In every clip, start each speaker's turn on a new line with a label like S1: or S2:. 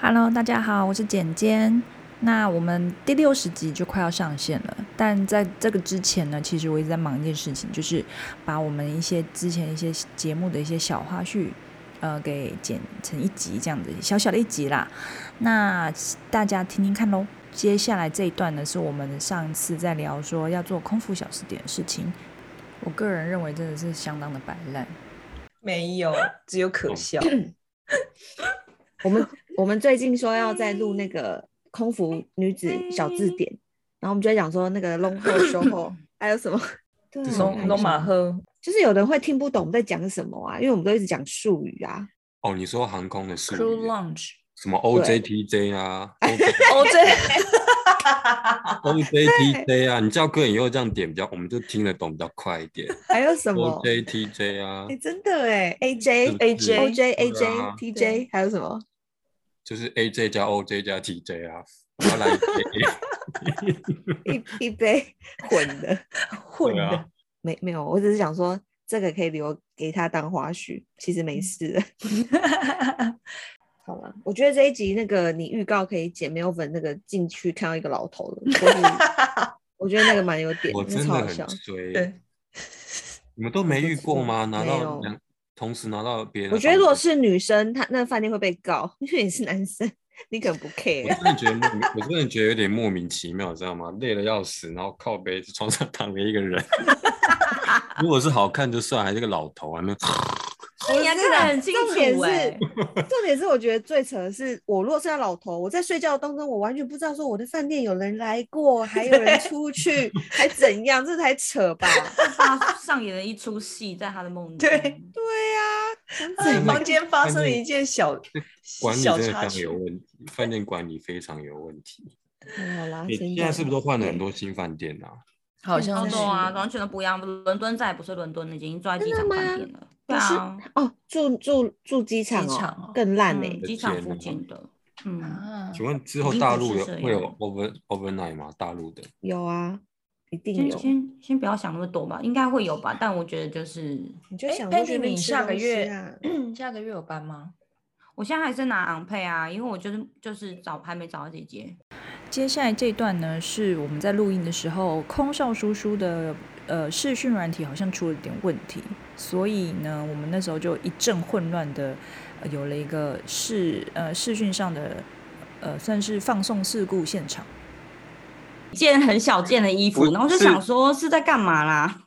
S1: Hello，大家好，我是简简。那我们第六十集就快要上线了，但在这个之前呢，其实我一直在忙一件事情，就是把我们一些之前一些节目的一些小花絮，呃，给剪成一集这样子，小小的一集啦。那大家听听看喽。接下来这一段呢，是我们上次在聊说要做空腹小吃点的事情，我个人认为真的是相当的摆烂。
S2: 没有，哦只有可笑。
S3: 我们我们最近说要再录那个空服女子小字典，然后我们就在讲说那个 long 后 s h o 后还有什么，对这是
S2: 龙
S3: 啊什 还
S2: 龙马
S3: 有
S2: 赫，
S3: 就是有人会听不懂我们在讲什么啊，因为我们都一直讲术语啊，
S4: 哦，你说航空的术
S1: Crew
S4: 语，
S1: Lounge，
S4: 什么
S3: 对
S4: OJTJ 啊
S2: 哦，这
S4: ，OJTJ 啊，你叫客人以后这样点比较，我们就听得懂比较快一点。
S3: 还有什么？
S4: OJTJ 啊
S3: 哎、，真的哎
S4: 是
S3: ，AJ
S4: 不是
S2: AJ
S3: OJ
S4: 对啊
S3: AJ TJ 还有什么？
S4: 就是 AJ 加 OJ 加 TJ 啊，然后来一 杯
S3: 一一杯混的，
S1: 混
S4: 对
S1: 的。
S4: 啊，
S3: 没没有，我只是想说这个可以留给他当花絮，其实没事的。
S2: 哎
S3: 好了，我觉得这一集那个你预告可以剪没有粉那个进去看到一个老头的，或 是我觉得那个蛮有点，
S4: 我
S3: 那
S4: 真
S3: 超
S4: 的
S3: 好
S4: 很
S3: 笑。
S4: 衰
S2: 对，
S4: 你们都没遇过吗？拿
S3: 没
S4: 到
S3: 有
S4: 两，同时拿到别人的
S3: 我
S4: 房间，
S3: 觉得如果是女生，她那饭店会被告，因为你是男生，你可能不
S4: 我
S3: care。
S4: 真的觉得莫名，我真的觉得有点莫名其妙，你知道吗？累得要死，然后靠背床上 躺着一个人。如果是好看就算，还是个老头，还啊没有
S3: 我
S2: 你还
S3: 知
S2: 看得
S3: 道
S2: 很清
S3: 重点
S2: 楚
S1: 哎
S2: 欸
S3: 是，重点是我觉得最扯的是，我如果是那老头，我在睡觉当中，我完全不知道说我的饭店有人来过，还有人出 去，还怎样，这才扯吧？
S5: 他上演了一出戏，在他的梦中。
S2: 对
S3: 对呀、想
S2: 他在
S3: 怎样
S2: 哎房间发生了一件小
S4: 管理
S2: 小
S4: 真的
S2: 插
S4: 非常
S2: 曲
S4: 有。问题，饭店管理非常有问题。
S3: 哎好
S2: 啊
S3: 啦，
S4: 你
S3: 真
S4: 哎现在
S3: 的
S4: 是不是都换了很多新饭店啊？
S2: 好
S5: 好
S2: 像是
S5: 多啊，完全都不一样。伦敦再也不是伦敦了，已经住在机场饭店了。对
S3: 真的
S5: 啊
S3: 吗，哦，住住住机场
S2: 机
S3: 哦，
S2: 场哦
S3: 更烂呢、
S5: 嗯，机场附近的，嗯，
S2: 啊，
S4: 请问之后
S5: 已经
S4: 大
S5: 不
S4: 陆
S5: 是
S4: 有
S5: 这
S4: 会有
S5: 样
S4: over overnight 吗？大陆的
S3: 有啊，一定
S5: 先
S3: 有。
S5: 先先不要想那么多吧，应该会有吧。但我觉得就是，
S3: 你就
S2: 哎
S3: 想说去那边
S2: ，Benjamin
S3: 吃
S2: 下个
S3: 东西
S2: 月
S3: 啊
S2: 下个月有班吗？
S5: 我现在还是拿昂配啊，因为我就是就是找还没找到姐姐。
S1: 接下来这一段呢，是我们在录音的时候，空少叔叔的呃视讯软体好像出了点问题，所以呢，我们那时候就一阵混乱的、呃有了一个视呃视讯上的呃算是放送事故现场。
S5: 一件很小件的衣服，
S4: 不
S5: 然后就是想说是在干嘛啦？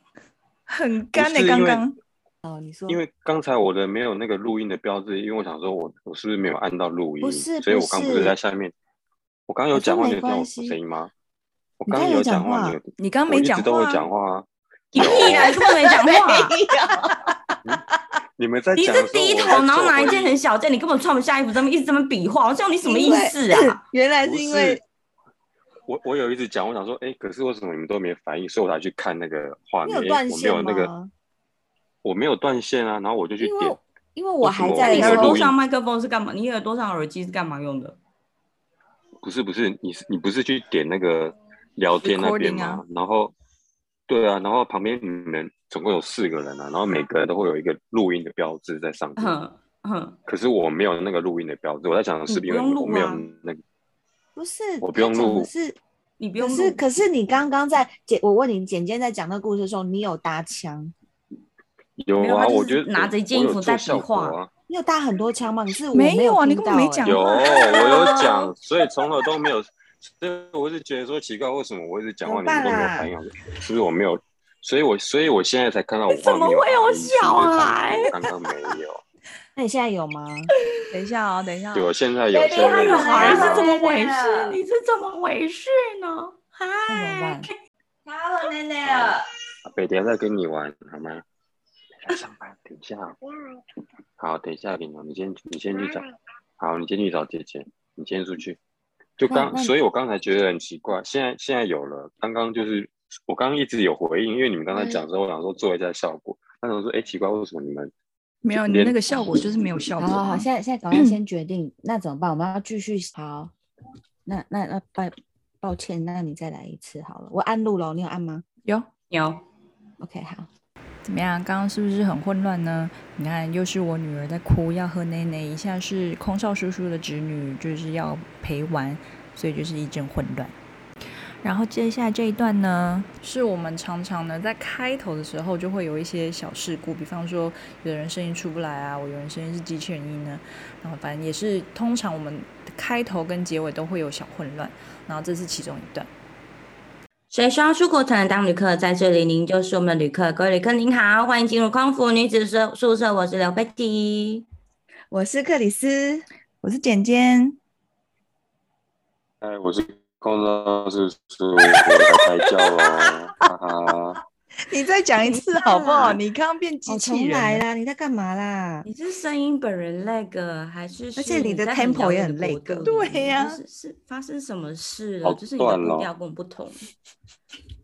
S1: 很干的、
S4: 不是
S1: 刚
S4: 因为
S1: 刚
S3: 哦，你说
S4: 因为刚才我的没有那个录音的标志，因为我想说我我是不是没有按到录音？
S3: 不是
S4: 所以
S3: 不
S4: 我刚不
S3: 是
S4: 是在下面，我刚刚有
S3: 好
S4: 讲
S3: 像
S4: 话，
S3: 没
S4: 你有听到我
S3: 关系
S4: 声音吗？我
S3: 你
S4: 刚
S3: 刚
S4: 刚
S3: 有
S4: 有
S3: 讲
S4: 讲话，
S3: 话
S4: 你有听？
S1: 你刚刚
S4: 我
S1: 没
S4: 一
S1: 讲
S4: 直都
S1: 话、
S4: 有
S1: 啊，
S4: 讲话啊。
S5: 你屁啦，你根本没讲话，
S4: 你们在
S5: 你一
S4: 讲的
S5: 直
S4: 时候
S5: 低
S4: 我
S5: 头，
S4: 在
S5: 然后
S4: 做
S5: 拿一
S4: 回
S5: 件
S4: 忆
S5: 很小件，你根本穿不下衣服，这么一直这么比划，我想你什么意思啊？？
S3: 原来
S4: 不
S3: 是因
S4: 是啊
S3: 为
S4: 我我有一直讲，我想说，哎、可是为什么你们都没反应？所以我才去看那个画
S3: 你
S4: 面，诶
S3: 有断
S4: 我没有
S3: 线
S4: 那个，
S3: 吗？
S4: 我没有断线啊，然后我就去
S3: 因为
S4: 点，
S3: 因为我
S4: 为什
S3: 还
S4: 么
S3: 在
S5: 那
S4: 我
S5: 你
S4: 没
S3: 的
S4: 有
S3: 时
S5: 耳
S3: 候
S4: 录
S5: 朵
S4: 音
S5: 上麦克风是干嘛？你耳朵上耳机是干嘛用的？
S4: 不是不是，你是你不是去点那个聊天那边
S1: Recording
S4: 吗？
S1: 啊
S4: 然后对啊，然后旁边你们总共有四个人啊，然后每个人都会有一个录音的标志在上面，
S5: 哼哼，
S4: 可是我没有那个录音的标志，我在想是不是因为
S5: 嗯你不用
S4: 我
S5: 录
S4: 没有
S5: 啊
S4: 那个，
S3: 不是，
S4: 我不
S3: 他
S4: 用
S3: 讲的
S4: 录
S3: 是
S5: 你不
S3: 可
S5: 用
S3: 是
S5: 录
S3: 可是你刚刚在简，我问你简简在讲那个故事的时候，你有搭腔，
S4: 有
S5: 没有
S4: 啊，
S5: 他就是
S4: 我觉得
S5: 拿着一件衣服在比
S4: 笑
S5: 划
S4: 啊，
S3: 你有搭很多腔吗？可是我
S1: 没有
S3: 有
S1: 啊你
S3: 听
S1: 根本没
S3: 到欸
S1: 讲
S4: 有，
S1: 话
S4: 我有 讲，所以从头都没有。所以我是觉得说奇怪，为什么我一直讲话你
S3: 怎么
S4: 们都没有
S3: 办啊
S4: 反应啊？是不是我没有？所以我所以我现在才看到我
S5: 怎
S4: 画
S5: 么
S4: 面
S5: 会有
S4: 反应是不是
S5: 小孩
S4: 我刚刚没有，
S3: 那你现在有吗？
S1: 等一下哦，等一下、
S4: 对
S1: 哦，
S4: 我现在有
S2: 对
S4: 现在
S2: 他有孩
S5: 哎是
S2: 子
S5: 怎
S4: 有
S5: 么回事？你是怎么回事呢？
S1: 那怎么
S5: 嗨
S1: 办，？
S2: 他了，奶奶了，
S4: 北等一下再跟你玩好吗？等一下上班，等一下。好，等一下跟你玩，你先你先去找。好，你先去找姐姐，你先出去。就刚，
S3: 那那
S4: 所以我刚才觉得很奇怪，现在现在有了，刚刚就是我刚刚一直有回应，因为你们刚才讲的时候，我想说做一下效果，但是我说，哎，奇怪，为什么你们
S1: 没有，你那个效果就是没有效
S3: 好
S1: 果。
S3: 好好，现在现在赶快先决定，那怎么办？我们要继续好，那那那抱抱歉，那你再来一次好了，我按录了，你有按吗
S1: 有
S5: 有
S3: ？OK，好，
S1: 怎么样？刚刚是不是很混乱呢？你看，又是我女儿在哭，要喝奶奶，一下是空少叔叔的侄女，就是要陪玩，所以就是一阵混乱。然后接下来这一段呢，是我们常常呢在开头的时候就会有一些小事故，比方说有人声音出不来啊，我有人声音是机器人音呢，然后反正也是通常我们开头跟结尾都会有小混乱，然后这是其中一段。
S5: 谁说出国才能当旅客？在这里，您就是我们的旅客。各位旅客您好，欢迎进入康复女子宿宿舍，我是刘贝蒂。
S6: 我是克里斯，
S1: 我是简简，
S4: 哎，我是空少叔叔，我来抬轿喽，哈哈。
S1: 你再讲一次好不好？你刚刚变
S6: 哦
S1: 机器
S6: 重
S1: 人
S6: 来
S1: 了。
S6: 啦！你在干嘛啦？
S5: 你是声音本人那个，还是
S6: 而且
S5: 是
S6: 你的
S5: 在很
S6: tempo 也
S5: 遥远
S6: 很
S5: 的国
S6: lag
S5: 度
S1: 对
S5: 里面
S1: 呀
S5: 就是是发生什么事了？
S4: 好
S5: 就是你的
S4: 断
S5: 步
S4: 了
S5: 调跟我不同。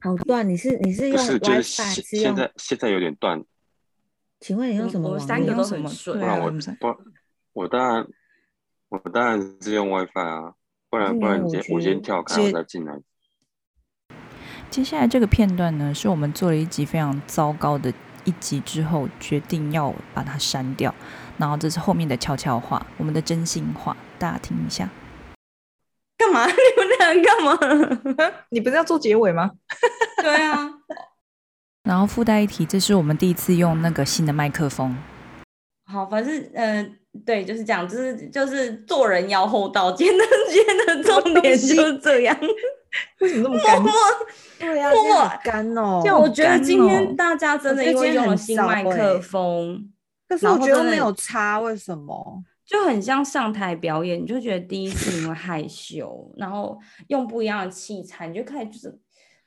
S6: 好断，你是你是
S4: 啊不
S6: 用
S4: 是，就是
S6: WiFi
S4: 现
S6: 是
S4: 现
S6: 用？
S4: 在现在有点断，
S6: 请问你用什么
S5: 我
S6: 网
S5: 们
S6: 络？
S5: 三个
S1: 你
S5: 都
S1: 用什
S5: 很
S1: 么
S5: 顺
S4: 不
S1: 对
S4: 然
S1: 啊
S4: 我
S1: 我们是
S4: 不我当然我当然是用 WiFi 啊，不然
S6: 你
S4: 不然
S6: 用
S4: 你先我
S6: 5G
S4: 先跳开，
S1: 接
S4: 我再进来。
S1: 接下来这个片段呢，是我们做了一集非常糟糕的一集之后，决定要把它删掉。然后这是后面的悄悄话，我们的真心话，大家听一下。
S5: 干嘛？你们俩干嘛？
S3: 你不是要做结尾吗？
S5: 对啊，
S1: 然后附带一提，这是我们第一次用那个新的麦克风。
S5: 好，反正嗯、呃，对，就是这样，就是就是做人要厚道。今天的今天的重点就是这样。
S3: 为什么那么干？
S6: 对呀、啊，
S5: 默
S6: 这样
S5: 默
S6: 好干哦。
S3: 这样
S5: 我
S3: 好
S5: 觉得
S3: 干
S5: 今
S3: 哦
S5: 天大家真的
S6: 我觉得
S5: 因为
S6: 今天
S5: 用了
S6: 很
S5: 新
S6: 糟
S5: 麦
S6: 欸
S5: 克风，
S6: 可
S5: 然后真的
S6: 差，为什么？
S5: 就很像上台表演，你就觉得第一次因为害羞，然后用不一样的器材，你就开始就是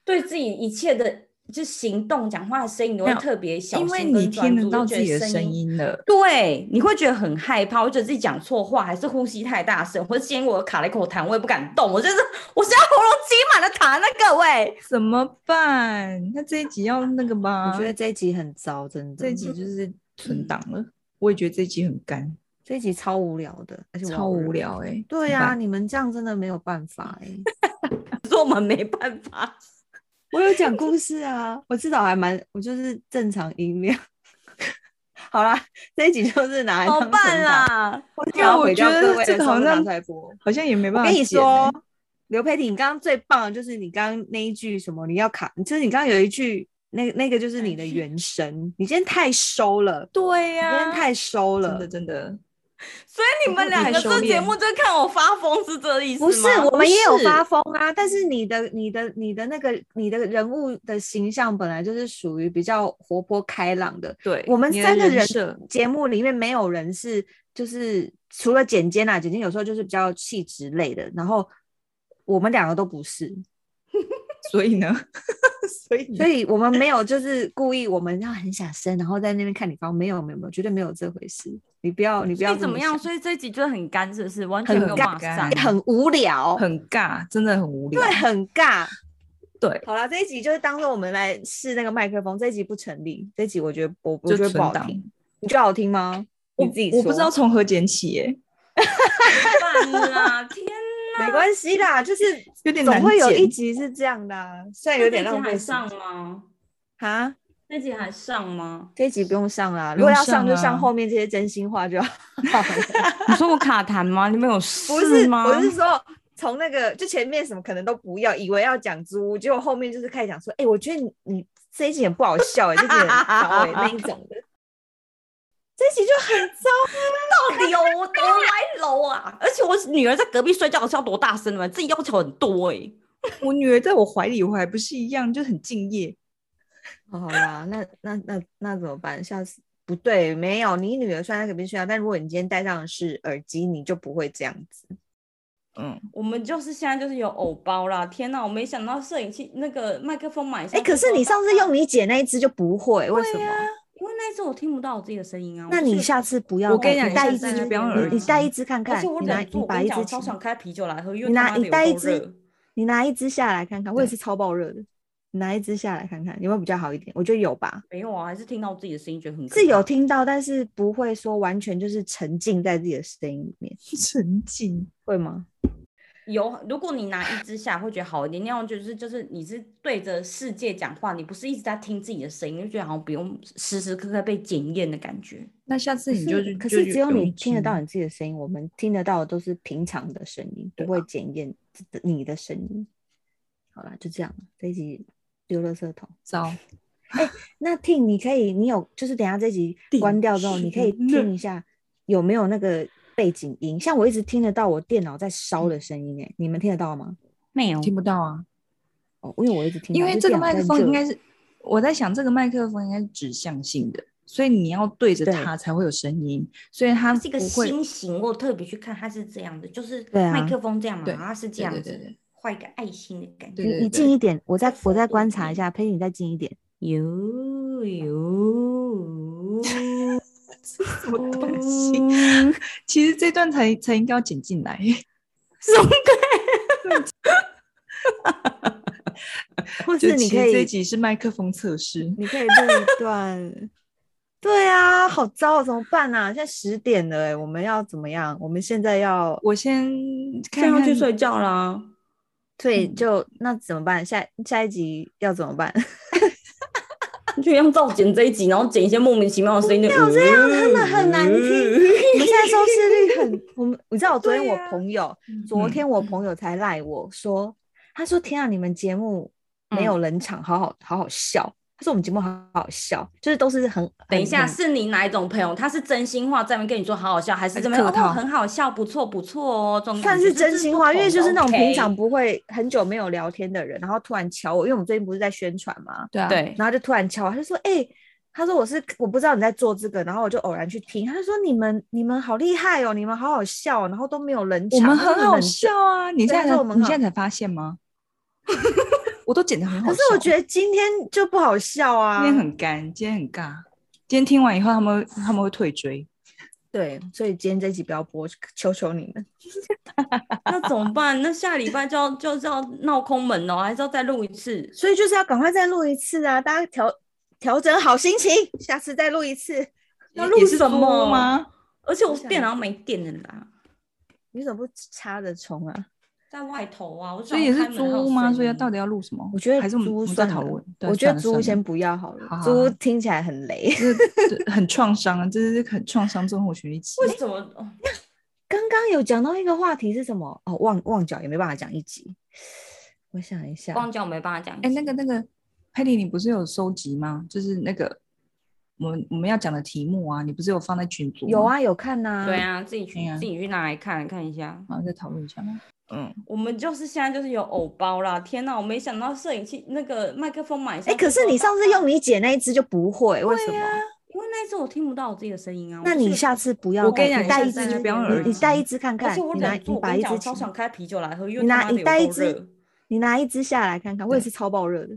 S5: 对自己一切的就行动、讲话的声音，你都
S1: 没
S5: 会
S1: 有
S5: 特别小
S1: 因为
S5: 心
S1: 你
S5: 跟专
S1: 听
S5: 注，
S1: 得到自
S5: 就觉
S1: 己
S5: 得
S1: 的声
S5: 音。
S1: 音了，
S5: 对，你会觉得很害怕，我觉得自己讲错话，还是呼吸太大声，或者今天我卡了一口痰，我也不敢动，我就是我现在喉咙挤满了痰那各位，
S1: 怎么办？那这一集要那个吧
S6: 我觉得这一集很糟，真的。
S1: 嗯这一集就是存档了。我也觉得这一集很干，
S6: 这一集超无聊的，而且我
S1: 超
S6: 好
S1: 无
S6: 热。
S1: 聊哎、
S6: 对
S1: 怎么
S6: 呀、啊，
S1: 办
S6: 你们这样真的没有办 法哎、
S5: 可是我们没办法。
S6: 我有讲故事啊，我至少还蛮，我就是正常音量。 好啦，这一集就是拿来
S5: 好
S6: 当
S5: 办
S6: 存档，
S5: 啦，
S6: 我
S1: 因为
S6: 要
S1: 我
S6: 毁掉
S1: 觉
S6: 各
S1: 得
S6: 位
S1: 这
S6: 的
S1: 个
S6: 时候
S1: 好
S6: 就拿
S1: 像
S6: 出来播。
S1: 好像也没
S6: 我
S1: 办法、欸
S6: 跟你说，，刘佩婷，你刚刚最棒的就是你刚刚那一句什么，你要卡，就是你刚刚有一句，那那个就是你
S1: 哎
S6: 的原声，你今天太收了，
S1: 对
S6: 你今
S1: 呀、
S5: 啊
S6: 天太收
S1: 真
S6: 了
S1: 的。真的，
S5: 所以你们两个做节目就看我发疯是这意思吗？
S6: 不是，我们也有
S1: 是
S6: 发疯啊，但是你的、你的、你的那个、你的人物的形象本来就是属于比较活泼开朗的。
S1: 对，
S6: 我们
S1: 你的
S6: 三个人
S1: 设
S6: 节目里面没有人是就是除了简简啊，简简有时候就是比较气质类的，然后我们两个都不是，
S1: 所以呢，所以
S6: 所以我们没有就是故意我们要很小声，然后在那边看你方，没有没有没有，绝对没有这回事。你不要你不
S5: 所
S6: 要
S5: 以怎么样？
S6: 想
S5: 所以这一集就很干，是不是？完全
S6: 很
S5: 没有办法
S1: 干
S5: 上
S1: 以。
S6: 很无 聊，
S1: 很尬，真的很无聊
S6: 对，。很尬。
S1: 对，
S6: 好了，这一集就是当做我们来试那个麦克风，这一集不成立，这一集我觉得我我
S1: 就
S6: 觉得不
S1: 存
S6: 好
S1: 档
S6: 听，你觉得好听吗？
S1: 我
S6: 你自己
S1: 我不知
S6: 说
S1: 道从何捡起耶、
S5: 办啦，天
S6: 没关系啦，就是
S1: 有点
S6: 总
S1: 难
S6: 会有一
S1: 剪
S6: 集是这样的、啊，虽然
S5: 哪，
S6: 有点
S5: 这一集
S6: 浪费
S5: 还
S6: 时间
S5: 上吗？
S6: 哈，
S5: 这集还上吗？
S6: 这一集不用上啦，
S1: 不
S6: 如果
S1: 用
S6: 要上就
S1: 上啊
S6: 上后面这些真心话就好了。
S5: 你说我卡痰吗？你们有事
S6: 不是，
S5: 吗？
S6: 我是说从那个就前面什么可能都不要，以为要讲租屋，结果后面就是开始讲说，哎、我觉得你你这一集很不好笑、欸，哎，这一集很 糟、欸，那一种的，这一集就很糟。
S5: 到底有我多歪楼啊！而且我女儿在隔壁睡觉是要多大声的吗？自己要求很多哎、
S1: 我女儿在我怀里，我还不是一样，就很敬业。
S6: 哦好啦，那那那那怎么办？下次不对，没有，你女儿虽然在隔壁睡觉，啊但如果你今天戴上的是耳机，你就不会这样子。
S1: 嗯，
S5: 我们就是现在就是有偶包啦！天哪，我没想到摄影器那个麦克风买下
S6: 哎、
S5: 去
S6: 可
S5: 之
S6: 是
S5: 后
S6: 你上次用你姐那一只就不会，为什么？
S5: 因为那一次我听不到我自己的声音啊。
S6: 那
S5: 我是
S6: 你
S5: 有
S6: 下次不要，
S1: 我跟你讲你
S6: 带
S1: 下
S6: 一
S1: 次
S6: 只
S1: 就不要用
S6: 你
S1: 耳
S6: 你带
S1: 机
S6: 一只看
S5: 而
S6: 看，
S5: 且我
S6: 你拿
S5: 忍
S6: 你
S5: 住，我
S6: 把
S5: 跟你
S6: 一只
S5: 讲，我
S6: 起
S5: 超想开啤酒来喝，因为
S6: 你
S5: 他
S6: 拿
S5: 妈的
S6: 你
S5: 有
S6: 带一
S5: 够
S6: 只
S5: 热
S6: 你拿一只下来看看，我也是超爆热的，你拿一只下来看看有没有比较好一点？我觉得有吧，
S5: 没有啊，还是听到自己的声音觉得很可啊
S6: 是有
S5: 怕。
S6: 听到，但是不会说完全就是沉浸在自己的声音里面，
S1: 沉浸。
S6: 会吗？
S5: 有，如果你拿一只下会觉得好一点，那样就是就是你是对着世界讲话，你不是一直在听自己的声音，就觉得好像不用时时刻刻被检验的感觉。
S1: 那下次你就去
S6: 可
S1: 就是去
S6: 只有
S1: 不用
S6: 你听得到
S1: 听
S6: 你自己的声音，我们听得到的都是平常的声音，不会检验自你的声音。好啦，就这样，这一集丢垃圾桶。
S1: 糟，
S6: 那听你可以，你有就是等一下这集
S1: 定
S6: 关掉之后，你可以
S1: 时呢
S6: 听一下有没有那个背景音，像我一直听得到我电脑在烧的声音、欸，你们听得到吗？
S5: 没有
S1: 听不到啊，
S6: 哦，因为我一直听到，
S1: 因为这
S6: 就
S1: 个
S6: 电脑
S1: 麦克
S6: 在
S1: 风
S6: 热
S1: 应该是我在想，这个麦克风应该是指向性的，所以你要对着
S6: 对
S1: 它才会有声音，所以它
S5: 它是一个
S1: 不会
S5: 新型，我特别去看，它是这样的，就是
S6: 对啊
S5: 麦克风这样嘛，
S1: 对
S5: 然后它是这
S1: 对
S5: 样
S1: 对对
S5: 子
S1: 对，
S5: 画一个爱心的感
S1: 对
S5: 觉。
S6: 你你近一点，我再我再观察一下，佩妮你再近一点。
S5: 有有，
S1: 什么东西。哦 其实这段才才应该要剪进来，
S6: 或
S1: 就是
S6: 你
S1: 其
S6: 可
S1: 实这一
S6: 以，
S1: 集是麦克风测试。
S6: 你可以录一段。对啊，好糟，怎么办啊？现在十点了、欸，我们要怎么样？我们现在要
S1: 我先
S5: 这
S1: 看
S5: 样
S1: 看
S5: 去睡觉啦。
S6: 退就、那怎么办？下下一集要怎么办？
S5: 你 就要照剪这一集，然后剪一些莫名其妙的声音，就嗯
S6: 有这样真的很难 听。我们现在收视率很，我们你知道，我昨天
S1: 对
S6: 我
S1: 啊
S6: 朋友，昨天我朋友才赖我说，他说天啊，你们节目没有冷场，好好好好笑。他说我们节目好好笑，就是都是很
S5: 等一
S6: 很
S5: 下，
S6: 很
S5: 是你哪一种朋友？他是真心话在那边跟你说好好笑，还是这边
S1: 客
S5: 哦
S1: 套
S5: 很好笑，不错不错哦，这种
S6: 算是真心话，因为就是那种平常
S5: 不
S6: 不会很久没有聊天的人，然后突然敲我，因为我们最近不是在宣传嘛，
S1: 对啊，
S5: 对，
S6: 然后就突然敲我，他就说：“哎、他说我是我不知道你在做这个，然后我就偶然去听，他就说你们你们好厉害哦，你们好好笑、哦，然后都没有冷场，
S1: 我们
S6: 他说
S1: 很
S6: 你
S1: 好
S6: 真
S1: 笑。啊！你
S6: 对
S1: 现
S6: 他
S1: 在
S6: 说
S1: 才
S6: 我们
S1: 你
S6: 很
S1: 现在才发现吗？ 我都剪得很好笑，
S6: 可是我觉得今天就不好笑啊
S1: 今，天很干，今天很尬。今天听完以后，他们他们会退追。
S6: 对，所以今天这集不要播，求求你们。
S5: 那怎么办？那下礼拜就要就是要闹空门哦，还是要再录一次？
S6: 所以就是要赶快再录一次啊，大家调调整好心情，下次再录一次。
S5: 要
S1: 也
S5: 录
S1: 也是
S5: 什么
S1: 猪吗？
S5: 而且我
S6: 我想
S5: 电脑没电了啦，
S6: 你怎么不插着冲啊？
S5: 在外头啊，我
S1: 所以也是
S5: 想开门还有
S1: 租吗？
S5: 声
S1: 所以要
S5: 音
S1: 到底要录什么？
S6: 我觉得
S1: 还是我们
S6: 租
S1: 我们在
S6: 算了
S1: 讨论。对
S6: 我觉得
S1: 算了
S6: 猪
S1: 算
S6: 先
S1: 了
S6: 不要好了，
S1: 好好
S6: 猪
S1: 好
S6: 听起来很雷。
S1: 这这很创伤啊，这是很创伤症候群一起。
S5: 为什么？哦
S6: 刚刚有讲到一个话题是什么？哦，旺旺角也没办法讲一集。我想一下，
S5: 光脚没办法讲。
S1: 哎、那个那个，佩蒂，你不是有收集吗？就是那个我们我们要讲的题目啊，你不是有放在群组？
S6: 有，啊，有看呐、
S5: 对，啊，自己去
S1: 哎呀
S5: 自己去拿来看看一下。
S1: 然后再讨论 一下。嗯，
S5: 我们就是现在就是有偶包啦！天哪，我没想到摄影器那个麦克风买下
S6: 哎、
S5: 去之后。
S6: 可是你上次用你姐那一只就不会，为什么？
S5: 因为那一次我听不到我自己的声音啊。
S6: 那
S5: 我就是
S6: 你下次不要带，
S1: 我跟你讲
S6: 带
S1: 你
S6: 一
S1: 下次
S6: 只，
S1: 就不要
S6: 你
S1: 耳
S6: 你
S1: 机
S6: 带一只看
S5: 而
S6: 看，
S5: 且我
S6: 你拿
S5: 忍住，
S6: 你
S5: 我
S6: 把
S5: 跟你
S6: 一
S5: 讲，我
S6: 只
S5: 超
S6: 起，
S5: 想开啤酒来喝，因为
S6: 你拿
S5: 他妈的
S6: 你带
S5: 有
S6: 一
S5: 够
S6: 只
S5: 热
S6: 你拿一只下来看看，我也
S1: 对
S6: 是超爆热的，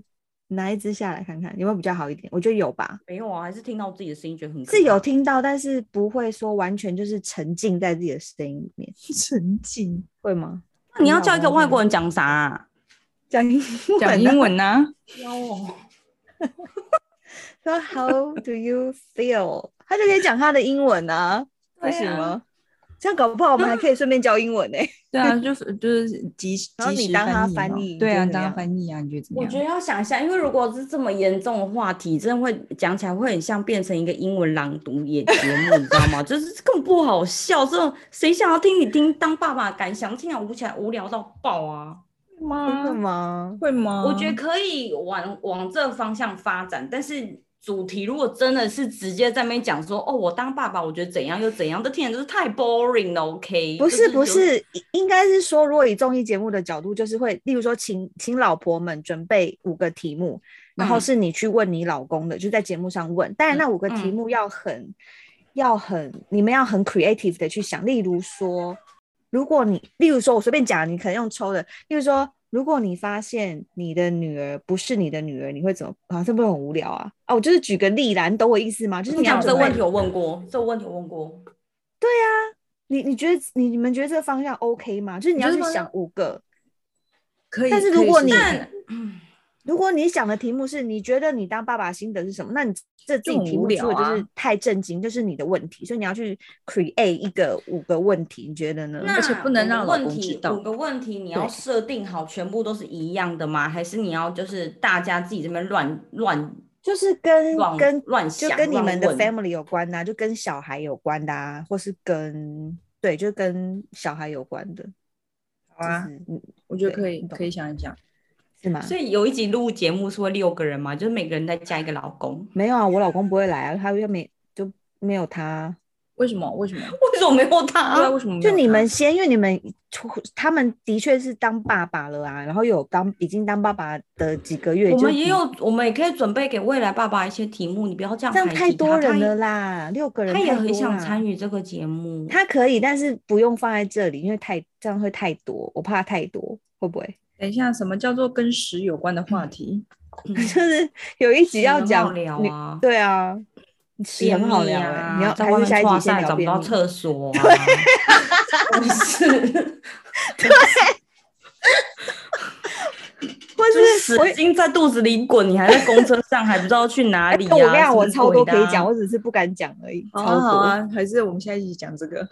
S6: 你拿一只下来看看有没有比较好一点？我觉得有吧，
S5: 没有啊，还是听到自己的声音觉得很可
S6: 是有
S5: 怕
S6: 听到，但是不会说完全就是沉浸在自己的声音里面，
S1: 沉浸
S6: 会吗？
S5: 那你要叫一个外国人讲啥、啊？
S6: 讲英
S1: 讲
S6: 文啊
S1: 英文呢、 啊？
S6: 说 How do you feel？他就可以讲他的英 文啊，不
S1: 对啊
S6: 行吗？这样搞不好我们还 可以顺便教英文呢、
S1: 对啊，就是就是及时
S6: 然后
S1: 及
S6: 你
S1: 时
S6: 当他
S1: 翻
S6: 翻
S1: 译
S6: 译
S1: 嘛，对啊，
S6: 你觉
S1: 当
S6: 得怎么
S1: 他
S6: 样
S1: 翻译啊，你觉得怎么
S5: 我
S1: 样？
S5: 觉得要想一下，因为如果是这么严重的话题，真的会讲起来会很像变成一个英文朗读也节目，你知道吗？ 就是更不好笑。这种谁想要听你听当爸爸的感想？听了无起来无聊到爆啊！
S1: 会
S6: 真
S1: 吗？
S6: 的吗？
S1: 会吗？
S5: 我觉得可以往往这方向发展，但是主题如果真的是直接在那边讲说，哦，我当爸爸，我觉得怎样又怎样，这听起来就是太 boring 了。OK，
S6: 不是
S5: 就
S6: 不，
S5: 就是
S6: 应应该是说，如果以综艺节目的角度，就是会，例如说请，请老婆们准备五个题目，然后
S5: 嗯
S6: 是你去问你老公的，就在节目上问。当然，那五个题
S5: 嗯
S6: 目要很、要很，你们要很 creative 的去想。例如说，如果你，例如说，我随便讲，你可能用抽的，例如说。如果你发现你的女儿不是你的女儿，你会怎么？啊，这不是很无聊啊？啊，我就是举个例啦，你懂我意思吗？就是
S5: 你
S6: 你要
S5: 讲这个
S6: 准备
S5: 问题，我问过，这个问题我问过，
S6: 你你觉得你你们觉得这个方向 OK 吗？就是你
S1: 你
S6: 要
S1: 觉得
S6: 去
S1: 方向
S6: 想五个，
S1: 可以。
S6: 但是
S1: 可以
S6: 如果
S1: 试
S6: 你
S1: 试看
S5: 嗯，
S6: 如果你想的题目是你觉得你当爸爸心得是什么，那你这自己
S5: 很
S6: 题
S5: 无
S6: 目
S5: 聊
S6: 出的就
S5: 啊
S6: 是太震惊，就是你的问题，所以你要去 create 一个五个问题，你觉得呢？
S5: 那
S1: 而且不能让
S5: 五
S1: 老
S5: 个问
S1: 公知
S5: 题
S1: 道
S5: 五个问题你要
S6: 对
S5: 设定好，全部都是一样的吗？还是你要就是大家自己这边乱乱
S6: 就是跟
S5: 乱
S6: 跟
S5: 乱
S6: 就
S5: 想，
S6: 跟你
S5: 乱
S6: 们的
S5: 问
S6: family 有关呐、就跟小孩有关的啊，或是跟对，就跟小孩有关的，
S3: 好啊，
S6: 就是嗯
S1: 我觉得
S6: 对
S1: 可以
S6: 你懂
S1: 可以想一想，
S6: 是吗？
S5: 所以有一集录节目是会六个人嘛，就是每个人再加一个老公。
S6: 没有啊，我老公不会来啊，他又没就没有他啊。
S1: 为什么为什么？
S5: 为什么没有
S1: 对啊，
S5: 他？
S1: 为什么没
S6: 就
S1: 有
S6: 你
S1: 他
S6: 们先，因为你们他们的确是当爸爸了啊，然后有当已经当爸爸的几个月，
S5: 我
S6: 就
S5: 们也
S6: 比
S5: 有，我们也可以准备给未来爸爸一些题目，你不要这样
S6: 这样
S5: 排
S6: 太
S5: 挤他
S6: 多人
S5: 啊他
S6: 了啦，六个人
S5: 他也
S6: 太
S5: 很
S6: 多
S5: 想
S6: 啦
S5: 参与这个节目。
S6: 他可以，但是不用放在这里，因为太这样会太多，我怕太多，会不会？
S1: 等一下，什么叫做跟食有关的话题？
S5: 嗯
S6: 就是有一集要
S5: 很好
S6: 讲
S5: 聊
S6: 你
S5: 啊
S6: 对啊，屎很好
S5: 便
S6: 聊
S5: 秘
S6: 欸
S5: 啊
S6: 你要
S5: 在
S6: 还
S5: 外
S6: 是
S5: 面
S6: 下一集
S5: 哇
S6: 先
S5: 塞
S6: 聊
S5: 找不
S6: 便
S5: 到
S6: 秘
S5: 厕所 啊，不是，
S6: 或
S5: 就是是
S6: 我
S5: 屎精在肚子里滚，你还在公车上，还不知道去哪里
S6: 哎
S5: 呀？
S6: 我跟你讲，我
S5: 什么
S6: 超
S5: 鬼
S6: 多
S5: 的
S6: 可以
S5: 啊
S6: 讲，我只是不敢讲而已，
S1: 好
S5: 哦
S6: 超
S1: 啊好
S6: 多。
S1: 啊，还是我们下一集讲这个？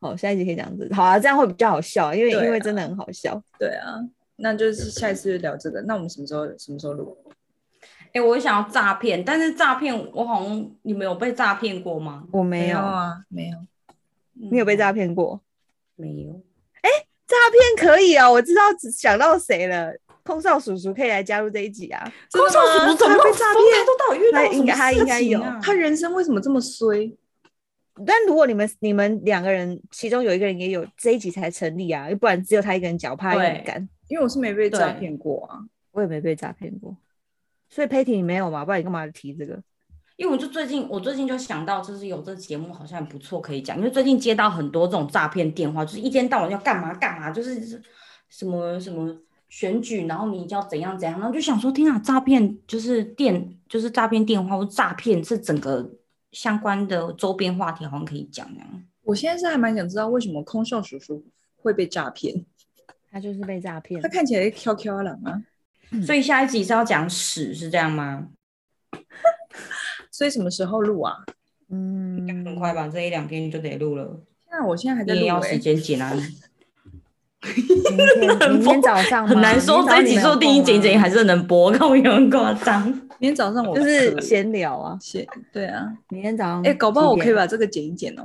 S6: 好，下一集可以讲这，好啊，这样会比较好笑，因为
S1: 对
S6: 因为
S1: 啊
S6: 真的很好笑。
S1: 对啊，那就是下一次就聊这个。那我们什么时候什么时候录？
S5: 哎、我想要诈骗，但是诈骗我好像你们有被诈骗过吗？
S6: 我没有，
S1: 啊，没有。
S6: 你有被诈
S5: 骗？
S6: 骗过？
S5: 没有。
S6: 嗯诈骗可以啊，我知道想到谁了，空少叔叔可以来加入这一集啊。
S5: 空少叔叔怎么
S1: 他
S5: 被
S1: 被
S5: 诈
S1: 诈
S5: 骗？
S1: 骗
S5: 他都到底遇到
S6: 他
S5: 什么
S6: 应该他应该
S5: 事情
S6: 有
S5: 啊
S1: 他人生为什么这么衰？
S6: 但如果你们你们两个人其中有一个人也有这一集才成立啊，不然只有他一个人讲，我怕他也
S5: 对
S6: 很干。
S1: 因为我是没被诈
S5: 对
S1: 骗过啊。
S6: 我也没被诈骗过，所以 Patty 你没有嘛？不然你干嘛提这个？
S5: 因为我就最近，我最近就想到，就是有这节目好像也不错，可以讲。因为最近接到很多这种诈骗电话，就是一天到晚要干嘛干嘛，就是什么什么选举，然后你要怎样怎样，然后就想说，天啊，诈骗就是电，就是诈骗电话或诈骗是整个相关的周边话题，好像可以讲那样。
S1: 我现在是还蛮想知道为什么空少叔叔会被诈骗。
S6: 他就是被诈骗
S1: 他，看起来飘飘然啊，
S5: 所以下一集是要讲屎，是这样吗？
S1: 所以什么时候录啊？
S6: 嗯，
S5: 很快吧，这一两天就得录了，
S1: 那我现在还在
S5: 你
S1: 录、
S5: 也要时
S1: 欸。
S5: 间剪啊。
S6: 明天明天早 上
S5: 很
S6: 吗
S5: 难说，这一集说第一剪一剪还是能播， 看我有很夸张。
S1: 明天早上我
S6: 就是
S1: 可以
S6: 闲聊啊。
S1: 写对啊，
S6: 明天早上
S5: 嗯
S1: 哎、搞不好我可以
S5: 啊
S6: 吧？
S1: 把这个剪一剪哦，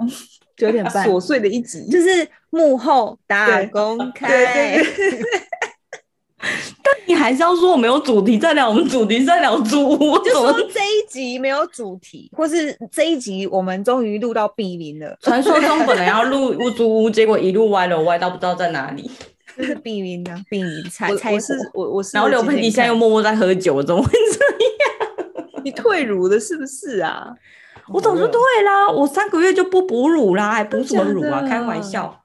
S6: 九点半
S1: 琐碎的一集。
S6: 就是幕后打
S1: 对
S6: 工
S1: 对
S6: 开，
S5: 你还是要说我们有主题在聊，我们主题在聊猪 屋，
S6: 就
S5: 怎
S6: 说
S5: 么？
S6: 这一集没有主题，或是这一集我们终于录到 B 名了，
S5: 传说中本来要录屋租屋，结果一路歪了，歪到不知道在哪里。
S6: 就是 B 名啊，B 名猜
S1: 我
S6: 猜
S1: 我是
S6: 火
S1: 我我是，
S5: 然后刘佩迪现在又默默在喝酒，怎么会这样？
S1: 你退乳了是不是啊？
S5: 我早就对啦，我三个月就不哺乳啦，还补什么乳
S1: 真的假
S5: 啊？
S1: 的
S5: 开玩笑，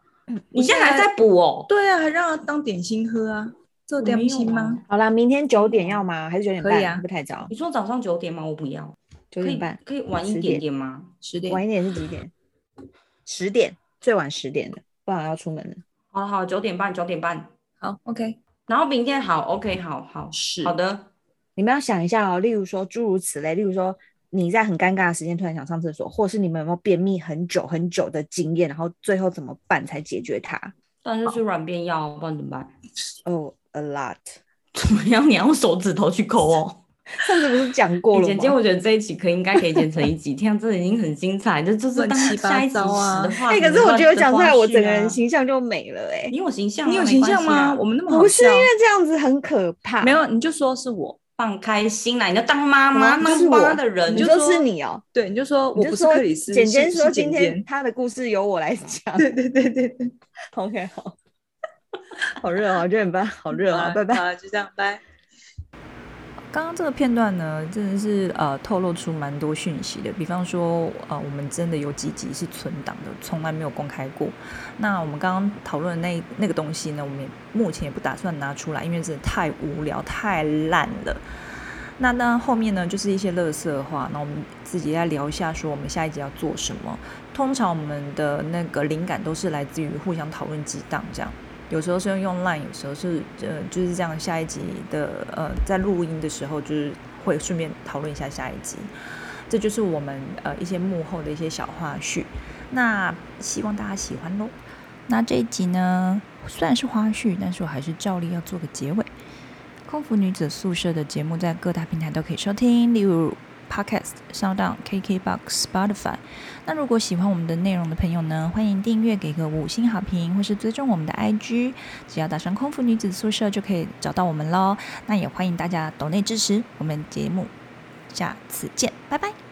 S5: 你现在还在补哦？
S1: 对啊，还让他当点心喝啊，做点心
S5: 我没有
S1: 吗？
S6: 好啦，明天九点要吗？还是九点半？
S1: 可以啊
S6: 不太早，
S5: 你说早上九点吗？我不要，
S6: 九
S5: 可
S6: 点
S5: 以
S6: 半，
S5: 可以晚一
S6: 10
S5: 点点吗？
S1: 十点
S6: 晚一点是几点？十点，最晚十点的，不然我要出门了。
S5: 好了好，九点半，九点半。
S1: 好，OK，
S5: 然后明天好，OK，好好
S1: 是
S5: 好的，
S6: 你们要想一下哦，例如说诸如此类，例如说你在很尴尬的时间突然想上厕所，或是你们有没有便秘很久很久的经验，然后最后怎么办才解决它？
S5: 但是吃软便药，不然怎么办？
S6: 哦、a lot，
S5: 怎么样？你要用手指头去抠 哦。
S6: 上次不是讲过
S5: 欸
S6: 了
S5: 剪接，
S6: 吗？
S5: 我觉得这一集可以应该可以剪成一集， 天、啊，这已经很精彩，这就是
S1: 乱
S5: 当
S1: 七八
S5: 下一集时的
S1: 糟啊
S5: 话
S6: 哎、
S5: 题。
S6: 可是我觉得讲出来，我整个
S5: 乱
S6: 人
S5: 的花絮啊
S6: 形象就没了哎、
S5: 你有形象啊，
S1: 你有
S5: 没
S1: 形
S5: 关
S1: 象
S5: 系啊
S1: 吗？我们那么好
S6: 不是啊
S1: 笑
S6: 因，为这样子很可怕，
S1: 没，有你就说是我，
S5: 放开心来，你要当妈妈、
S6: 嗯
S5: 当
S6: 是我
S5: 妈的人，
S6: 你
S1: 就
S6: 就
S1: 说
S6: 是你哦、
S1: 对，你就说我
S6: 你
S1: 不
S6: 就是说
S1: 克里斯，
S6: 简
S1: 是
S6: 简说
S1: 是简
S6: 今天
S1: 简，
S6: 他的故事由我来讲。
S1: 对对对对对，
S6: OK，好， 好热哦，九点半，好热哦，拜拜。
S1: 好，啊就这样，拜。刚刚这个片段呢，真的是呃透露出蛮多讯息的。比方说，呃，我们真的有几集是存档的，从来没有公开过。那我们刚刚讨论的那那个东西呢，我们也目前也不打算拿出来，因为真的太无聊、太烂了。那那后面呢，就是一些乐色话，那我们自己再聊一下，说我们下一集要做什么。通常我们的那个灵感都是来自于互相讨论激荡这样。有时候是用用 Line，有时候是呃就是这样。下一集的呃在录音的时候，就是会顺便讨论一下下一集。这就是我们呃一些幕后的一些小花絮。那希望大家喜欢喽。那这一集呢，虽然是花絮，但是我还是照例要做个结尾。空服女子宿舍的节目在各大平台都可以收听，例如 Podcast、Sound On、KKBox、Spotify。那如果喜欢我们的内容的朋友呢，欢迎订阅，给个五星好评，或是追踪我们的 IG，只要打上“空服女子宿舍”就可以找到我们喽。那也欢迎大家抖内支持我们节目，下次见，拜拜。